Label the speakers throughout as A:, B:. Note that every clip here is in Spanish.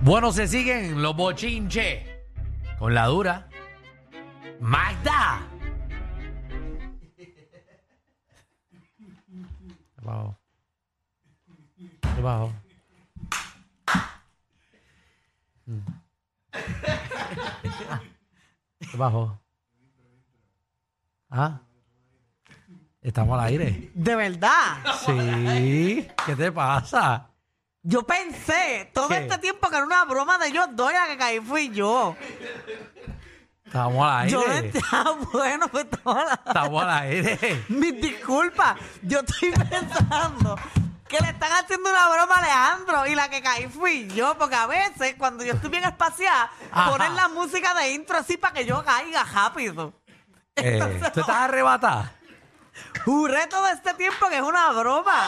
A: Bueno, se siguen los bochinches con la dura. Magda. ¿Qué pasó? ¿Qué pasó? Mm. ¿Qué pasó? ¿Ah? ¿Estamos al aire?
B: De verdad.
A: Sí. ¿Qué te pasa?
B: Yo pensé todo
A: ¿Qué?
B: este tiempo que era una broma de ellos dos, y la que caí fui yo.
A: Estamos al
B: Yo no
A: aire.
B: estaba bueno, pues toda la...
A: Estamos al aire.
B: Mis disculpas. Yo estoy pensando que le están haciendo una broma a Alejandro y la que caí fui yo, porque a veces cuando yo estoy bien espaciada,
A: Ajá.
B: ponen la música de intro así para que yo caiga rápido.
A: Eh, ¿Tú estás arrebatada?
B: Juré todo este tiempo que es una broma.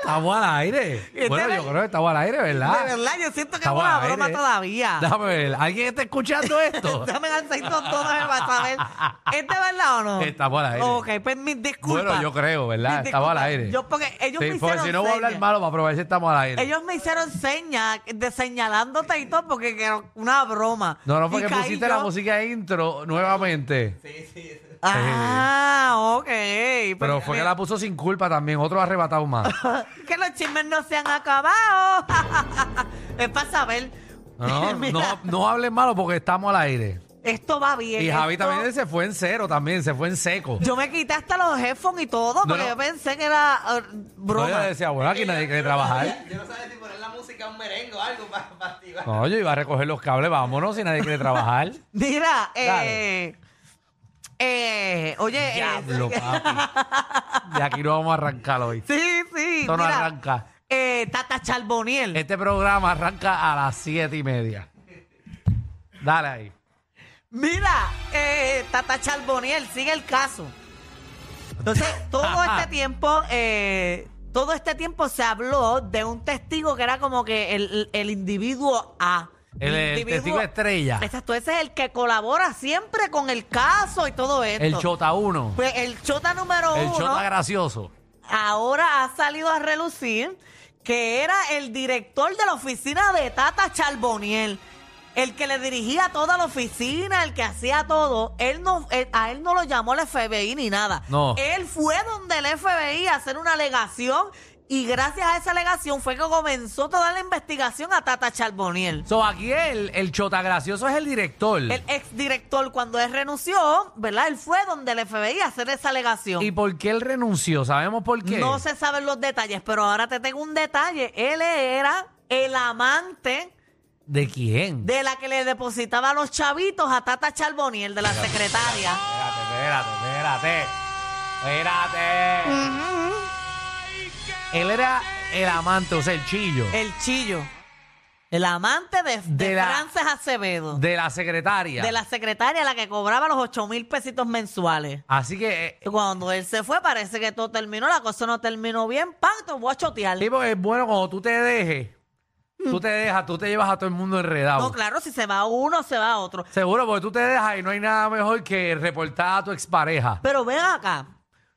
A: Estamos al aire.
B: Este
A: Bueno,
B: era-
A: yo creo que estamos al aire, ¿verdad?
B: De verdad, yo siento que es
A: Estamos
B: una
A: al
B: broma
A: Ah. aire.
B: todavía.
A: Déjame ver. ¿Alguien está escuchando esto?
B: Déjame dar seis tontones para saber. ¿este ¿Es de verdad o no?
A: Estamos al aire.
B: Ok, pues mis disculpas.
A: bueno, yo creo, ¿verdad?
B: Mis
A: Estamos al
B: disculpas.
A: aire.
B: Yo, porque ellos
A: Sí,
B: me
A: porque
B: hicieron
A: si no voy a hablar
B: señas.
A: malo, para aprovechar estamos al aire.
B: Ellos me hicieron señas de señalándote y todo porque que era una broma.
A: No, no,
B: Y
A: porque
B: caí
A: pusiste
B: yo.
A: la música de intro nuevamente.
B: Ah, ok.
A: Pero
B: Pues,
A: fue que
B: me-
A: la puso sin culpa también. Otro arrebatado más.
B: Que los chismes no se han acabado. es para saber.
A: No,
B: Mira,
A: no, no hables malo porque estamos al aire.
B: Esto va bien.
A: Y Javi
B: esto-
A: también se fue en cero también, se fue en seco.
B: Yo me quité hasta los headphones y todo porque
A: no.
B: yo pensé que era eh,
A: No, yo
B: broma.
A: decía, bueno, aquí nadie quiere trabajar.
C: Yo no sabía si poner la música un merengue o algo para, activar.
A: No, yo iba a recoger los cables, vámonos, si nadie quiere trabajar.
B: Mira,
A: Dale.
B: eh, eh, oye, eh,
A: Diablo, papi. De aquí no vamos a arrancar hoy.
B: sí, sí,
A: Esto no
B: mira,
A: arranca.
B: eh, Tata Charboniel,
A: Este programa arranca a las siete y media. Dale ahí.
B: mira, eh, Tata Charboniel, sigue el caso. Entonces, todo este tiempo, eh, todo este tiempo se habló de un testigo que era como que el, el individuo A.
A: El, el
B: individuo-
A: testigo estrella.
B: Exacto, ese es el que colabora siempre con el caso y todo esto.
A: El chota uno.
B: Pues el chota número
A: El
B: uno.
A: chota gracioso.
B: ahora ha salido a relucir que era el director de la oficina de Tata Charboniel. El que le dirigía toda la oficina, el que hacía todo, él no, él- a él no lo llamó el FBI ni nada.
A: No.
B: Él fue donde el FBI a hacer una alegación y gracias a esa alegación fue que comenzó toda la investigación a Tata Charboniel.
A: So, aquí el, el chota gracioso es el director.
B: El exdirector, cuando él renunció, ¿verdad? Él fue donde el FBI a hacer esa alegación.
A: ¿Y por qué él renunció? ¿Sabemos por qué?
B: No se saben los detalles, pero ahora te tengo un detalle. Él era el amante
A: ¿De quién?
B: de la que le depositaba los chavitos a Tata Charboniel, de la secretaria.
A: Espérate, espérate, espérate. Espérate. Él era el amante, o sea, el chillo.
B: El chillo. El amante de, de
A: De la-
B: Frances Acevedo. De,
A: De la secretaria.
B: la secretaria, la que cobraba los ocho mil pesitos mensuales.
A: Así que eh,
B: Cuando él se fue, parece que todo terminó, la cosa no terminó bien. ¡Pam! Te voy a chotear.
A: tipo, es bueno cuando tú te dejes. Tú te dejas, tú te llevas a todo el mundo enredado.
B: No, claro, si se va uno, se va otro.
A: Seguro, porque tú te dejas y no hay nada mejor que reportar a tu expareja.
B: Pero ven acá.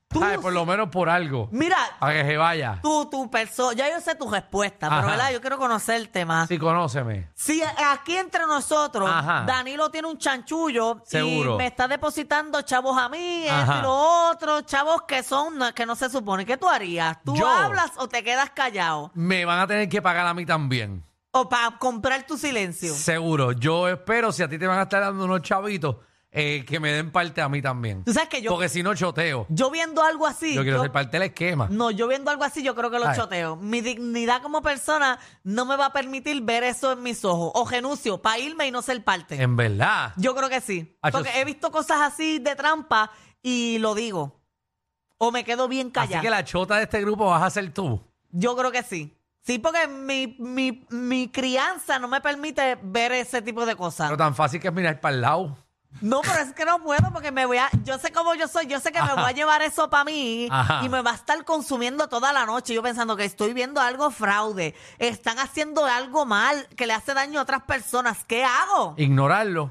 B: Tú,
A: ¿Sabes? Por lo menos por algo.
B: mira,
A: A que se vaya.
B: Tú, tu persona, ya yo sé tu respuesta,
A: Ajá.
B: pero ¿verdad? yo quiero conocerte más.
A: Sí, conóceme.
B: Si aquí entre nosotros,
A: Ajá.
B: Danilo tiene un chanchullo
A: Seguro.
B: y me está depositando chavos a mí, esto
A: Ajá.
B: y lo otro, chavos que son, no- que no se supone. ¿Qué tú harías? ¿Tú
A: Yo.
B: hablas o te quedas callado?
A: Me van a tener que pagar a mí también.
B: ¿O para comprar tu silencio?
A: Seguro. Yo espero, si a ti te van a estar dando unos chavitos, eh, que me den parte a mí también.
B: Tú sabes que yo,
A: Porque si no, choteo.
B: yo viendo algo así...
A: Yo quiero
B: yo-
A: ser parte del esquema.
B: No, yo viendo algo así, yo creo que lo
A: Ay.
B: choteo. Mi dignidad como persona no me va a permitir ver eso en mis ojos. O renuncio para irme y no ser parte.
A: En verdad.
B: Yo creo que sí.
A: Ah, yo
B: Porque
A: sí.
B: he visto cosas así de trampa y lo digo. O me quedo bien
A: Así
B: callada.
A: que la chota de este grupo vas a ser tú.
B: Yo creo que sí. Sí, porque mi, mi, mi crianza no me permite ver ese tipo de cosas.
A: Pero tan fácil que es mirar para el lado.
B: No, pero es que no puedo porque me voy a... Yo sé cómo yo soy. Yo sé que me voy a llevar eso para mí
A: Ajá.
B: y me va a estar consumiendo toda la noche. Yo pensando que estoy viendo algo fraude. Están haciendo algo mal que le hace daño a otras personas. ¿Qué hago?
A: Ignorarlo.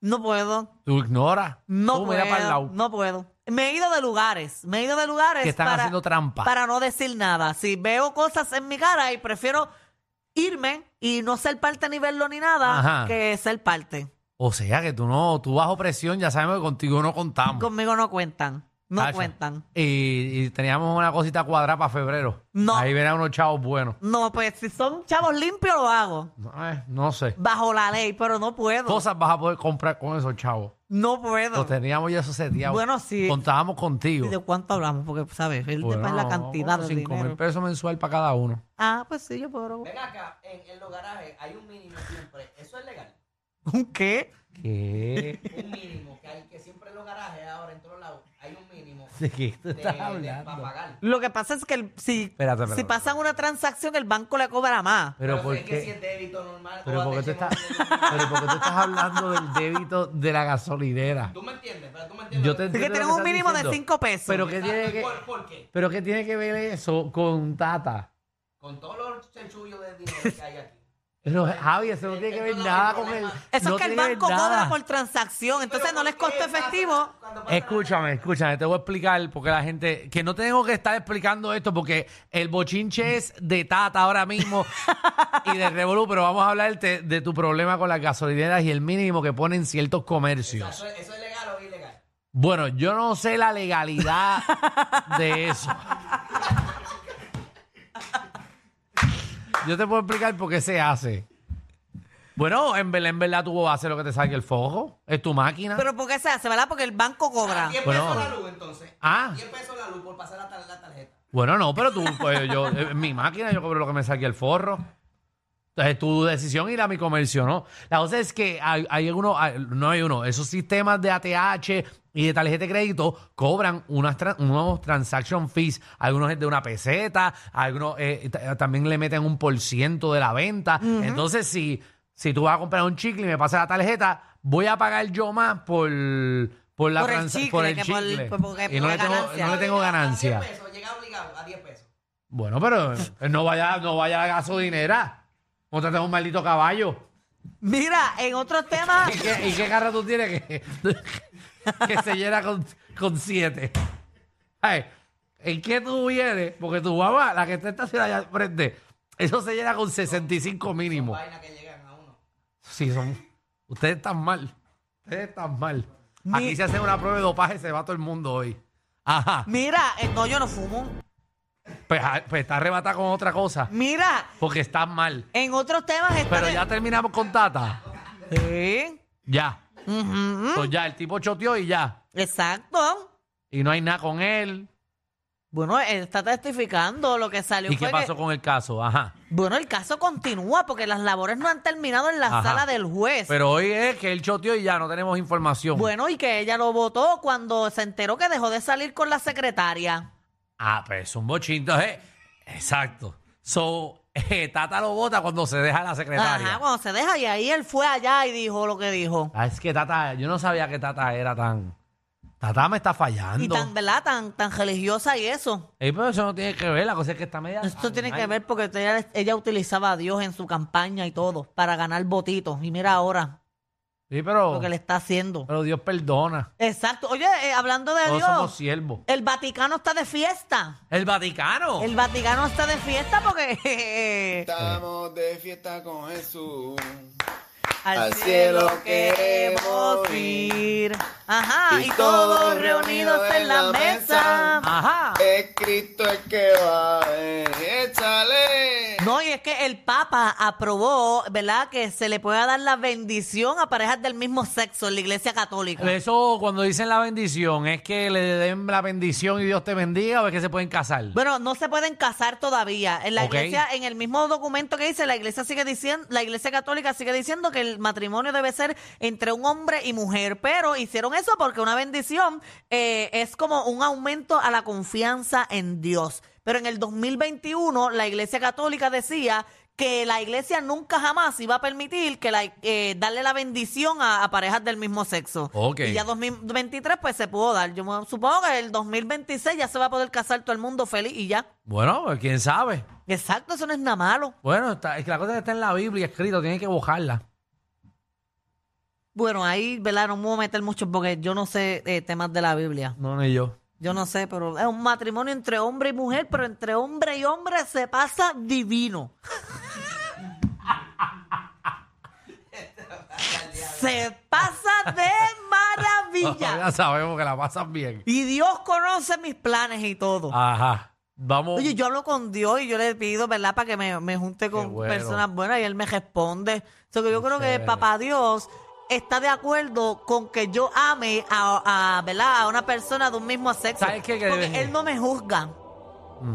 B: No puedo.
A: Tú ignoras.
B: No
A: tú
B: puedo.
A: miras para el lado.
B: No puedo. Me he ido de lugares, me he ido de lugares
A: Que están haciendo trampa.
B: para no decir nada. Si veo cosas en mi cara y prefiero irme y no ser parte ni verlo ni nada
A: Ajá.
B: que ser parte.
A: O sea que tú no, tú bajo presión, ya sabemos que contigo no contamos.
B: Conmigo no cuentan, no
A: Tacho.
B: cuentan.
A: Y, y teníamos una cosita cuadrada para febrero.
B: No.
A: Ahí verán unos chavos buenos.
B: No, pues si son chavos limpios lo hago,
A: Ay, no sé.
B: bajo la ley, pero no puedo.
A: Cosas vas a poder comprar con esos chavos.
B: No puedo.
A: Los teníamos ya esos seteados.
B: Bueno, sí.
A: Contábamos contigo.
B: ¿Y de cuánto hablamos? Porque, ¿sabes? El tema es la cantidad de
A: 5 mil
B: dinero.
A: pesos mensual para cada uno.
B: Ah, pues sí, yo puedo.
C: Ven acá, en, en los garajes hay un mínimo siempre. Eso es legal.
B: ¿Un qué?
A: ¿Qué?
C: Un mínimo que hay que siempre en los garajes, ahora en todos lados, hay un mínimo
A: ¿De qué tú
C: de,
A: estás
C: para
A: hablando?
C: pagar.
B: Lo que pasa es que el- si,
A: Espérate, espérate,
B: si
A: espérate.
B: pasan una transacción, el banco le cobra más.
A: Pero
C: si
A: ¿por
C: es que si
A: qué?
C: es débito normal,
A: Pero
C: o
A: ¿por qué tú
C: hacemos-
A: estás, pero ¿por qué tú estás hablando del débito de la gasolinera?
C: Tú me entiendes, pero tú me entiendes.
A: Yo te
B: Así que
A: entiendo lo
B: tienen un
A: estás
B: mínimo
A: diciendo,
B: de 5 pesos.
A: Pero que tiene que...
C: ¿Por, por qué?
A: Pero ¿qué tiene que ver eso con Tata?
C: Con todos los chanchullos de dinero que hay aquí.
A: Pero Javi, eso no tiene que ver
C: No, no,
A: nada
C: no,
A: con el...
C: no,
B: Eso
A: no
B: es que el
A: tiene ver
B: banco
A: nada.
B: cobra por transacción, entonces
C: Pero
B: no les
C: ¿por qué
B: costa
C: pasa
B: efectivo.
C: cuando pasa la-
A: Escúchame, escúchame, te voy a explicar porque la gente, que no tengo que estar explicando esto porque el bochinche es de Tata ahora mismo y de Revolú, pero vamos a hablarte de tu problema con las gasolineras y el mínimo que ponen ciertos comercios.
C: Eso, es- eso es legal o ilegal.
A: Bueno, yo no sé la legalidad de eso. Yo te puedo explicar por qué se hace. Bueno, en verdad, en verdad tú haces lo que te salga el fojo. Es tu máquina.
B: Pero ¿por qué se hace, verdad? Porque el banco cobra.
C: 10
A: Ah, Bueno.
C: pesos la luz, entonces.
A: Ah.
C: 10 pesos la luz por pasar la, tar- la tarjeta.
A: Bueno, no, pero tú, pues, yo, en mi máquina, yo cobro lo que me saque el forro. Entonces, tu decisión ir a mi comercio, ¿no? La cosa es que hay, hay uno, hay- no hay uno, esos sistemas de ATH y de tarjeta de crédito cobran unas tran- unos transaction fees. Algunos es de una peseta, algunos eh, t- también le meten un por ciento de la venta. Entonces, si, si tú vas a comprar un chicle y me pasas la tarjeta, voy a pagar yo más por, por la
B: Por el
A: transa-
B: chicle que por- por- porque-
A: y no
B: por
A: le
B: la
A: tengo,
B: ganancia.
A: no le tengo
C: Llega a
A: ganancia.
C: 10 pesos, llega obligado a 10 pesos.
A: Bueno, pero eh, no vaya, no vaya a la gasolinera. Montate un maldito caballo.
B: Mira, en otros temas,
A: ¿Y qué, y qué carro tú tienes que, que se llena con, con siete? Ay, ¿En qué tú vienes? Porque tu mamá, la que está estacionada allá al frente, eso se llena con 65 mínimo.
C: Vaina que llegan a uno.
A: Sí, son. Ustedes están mal. Ustedes están mal.
B: Mi-
A: Aquí se hace una prueba de dopaje, se va todo el mundo hoy. Ajá.
B: mira, eh, no, yo no fumo.
A: Pues, ah, pues está arrebatada con otra cosa.
B: Mira,
A: Porque están mal.
B: en otros temas está...
A: Pero ya terminamos con Tata.
B: Sí.
A: Ya.
B: Ujú.
A: Pues ya, el tipo choteó y ya.
B: Exacto.
A: Y no hay nada con él.
B: Bueno, él está testificando lo que salió.
A: ¿Y
B: fue
A: qué
B: que-
A: pasó con el caso? Ajá.
B: Bueno, el caso continúa porque las labores no han terminado en la
A: Ajá.
B: sala del juez.
A: Pero hoy es que él choteó y ya no tenemos información.
B: Bueno, y que ella lo votó cuando se enteró que dejó de salir con la secretaria.
A: Ah, pues es un bochito, ¿eh? Exacto. So, eh, Tata lo vota cuando se deja la secretaria.
B: Ajá, cuando se deja y ahí él fue allá y dijo lo que dijo.
A: Ah, es que Tata, yo no sabía que Tata era tan. Tata me está fallando.
B: Y tan, ¿verdad? Tan, tan religiosa y eso.
A: Ey, pero eso no tiene que ver, la cosa es que está media.
B: Esto tiene
A: Ay,
B: que ver porque ella, ella utilizaba a Dios en su campaña y todo para ganar votitos. Y mira ahora
A: Sí, pero,
B: lo que le está haciendo.
A: pero Dios perdona.
B: Exacto. Oye, eh, hablando de
A: Todos somos
B: Dios,
A: siervos.
B: el Vaticano está de fiesta.
A: El Vaticano. Eh,
B: El Vaticano está de fiesta porque eh,
D: Estamos de fiesta con Jesús.
B: al,
D: Al
B: cielo
D: cielo
B: queremos
D: queremos
B: ir. Ajá,
D: Y
B: y todos
D: todos
B: reunidos en la mesa.
D: mesa.
A: Ajá.
D: Es Cristo el que va. eh, Échale.
B: No, y es que el Papa aprobó, ¿verdad?, que se le pueda dar la bendición a parejas del mismo sexo en la Iglesia Católica.
A: Eso cuando dicen la bendición, es que le den la bendición y Dios te bendiga o es que se pueden casar.
B: Bueno, no se pueden casar todavía. En la
A: Ok.
B: iglesia, en el mismo documento que dice, la iglesia sigue diciendo, la iglesia católica sigue diciendo que el matrimonio debe ser entre un hombre y mujer, pero hicieron eso porque una bendición eh, es como un aumento a la confianza en Dios. Pero en el 2021 la iglesia católica decía que la iglesia nunca jamás iba a permitir que la, eh, darle la bendición a, a parejas del mismo sexo.
A: Ok.
B: Y ya 2023 pues se pudo dar. Yo me- supongo que el 2026 ya se va a poder casar todo el mundo feliz y ya.
A: Bueno, pues, quién sabe.
B: Exacto, eso no es nada malo.
A: Bueno, está- es que la cosa que está en la Biblia escrito, tiene que bojarla.
B: Bueno, ahí, ¿verdad? No me voy a meter mucho porque yo no sé eh, temas de la Biblia.
A: No, ni yo.
B: Yo no sé, pero es un matrimonio entre hombre y mujer, pero entre hombre y hombre se pasa divino. se pasa de maravilla.
A: Ya sabemos que la pasan bien.
B: Y Dios conoce mis planes y todo.
A: Ajá. Vamos.
B: Oye, yo hablo con Dios y yo le pido, ¿verdad?, para que me, me junte con
A: bueno.
B: personas buenas y él me responde. O sea, que yo creo que
A: chévere.
B: Papá Dios está de acuerdo con que yo ame a, a, ¿verdad? a una persona de un mismo sexo.
A: ¿Sabes qué? Mm. Que
B: Porque
A: debes-
B: él no me juzga.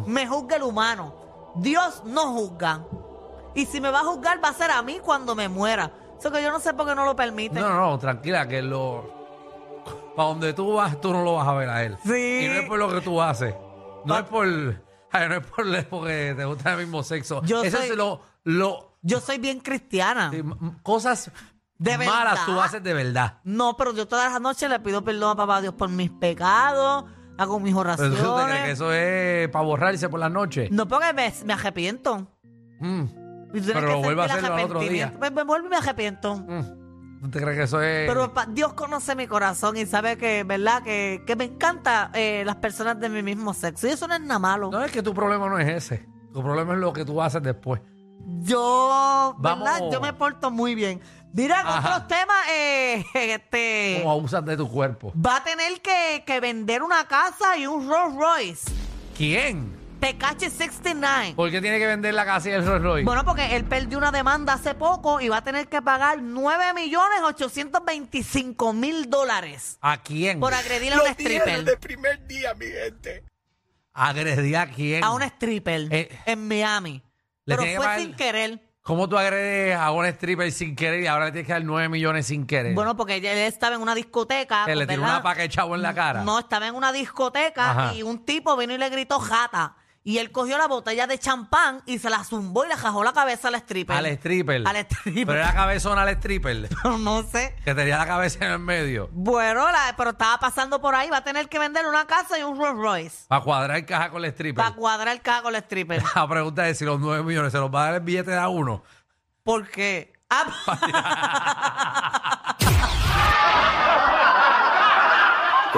B: Me juzga el humano. Dios no juzga. Y si me va a juzgar, va a ser a mí cuando me muera. O sea, que yo no sé por qué no lo permite.
A: No, no, no, tranquila, que lo. Para donde tú vas, tú no lo vas a ver a él.
B: Sí.
A: Y no es por lo que tú haces. No es por. ay, no es por porque te gusta el mismo sexo.
B: Yo
A: Eso
B: soy-
A: es lo. lo
B: Yo soy bien cristiana.
A: eh, m- m- cosas
B: De
A: malas
B: verdad.
A: tú haces de verdad.
B: No, pero yo todas las noches le pido perdón a papá Dios por mis pecados, hago mis
A: Pero tú te crees que
B: oraciones.
A: eso es para borrarse por la noche.
B: No porque me, me arrepiento.
A: Mm,
B: Y tú tienes
A: Pero
B: que
A: lo vuelvo a
B: sentir
A: hacerlo al otro día.
B: arrepentimiento. Me, me vuelvo y me arrepiento.
A: mm. ¿Tú te crees que eso es.?
B: Pero pa- Dios conoce mi corazón y sabe que, ¿verdad? Que, que me encanta eh, las personas de mi mismo sexo. Y eso no es nada malo.
A: No es que tu problema no es ese. Tu problema es lo que tú haces después.
B: Yo, ¿verdad?
A: Vamos.
B: Yo me porto muy bien. Mira, en
A: Ajá.
B: otros temas, eh, este,
A: Como abusas de tu cuerpo.
B: va a tener que, que vender una casa y un Rolls Royce.
A: ¿Quién?
B: Tecache 69.
A: ¿Por qué tiene que vender la casa y el Rolls Royce?
B: Bueno, porque él perdió una demanda hace poco y va a tener que pagar 9.825.000 dólares
A: ¿A quién?
B: por agredir a un stripper.
D: primer día, mi gente.
A: ¿Agredir a quién?
B: A un stripper
A: Eh,
B: en Miami.
A: le
B: Pero
A: tiene que
B: fue
A: pagar-
B: sin querer.
A: ¿Cómo tú agredes a un stripper sin querer y ahora le tienes que dar 9 millones sin querer?
B: Bueno, porque él estaba en una discoteca. pues,
A: que le
B: ¿verdad?
A: tiró una paca de chavo en la cara.
B: No, estaba en una discoteca
A: Ajá.
B: y un tipo vino y le gritó jata. Y él cogió la botella de champán y se la zumbó y le jajó la cabeza al stripper.
A: al stripper.
B: Al stripper.
A: Pero era cabezona al stripper.
B: no sé.
A: Que tenía la cabeza en el medio.
B: Bueno, la- pero estaba pasando por ahí, va a tener que vender una casa y un Rolls Royce.
A: Para cuadrar caja con el stripper.
B: Para cuadrar el cago el stripper.
A: La pregunta es si los 9 millones se los va a dar el billete de a uno.
B: ¿Por qué? Ah,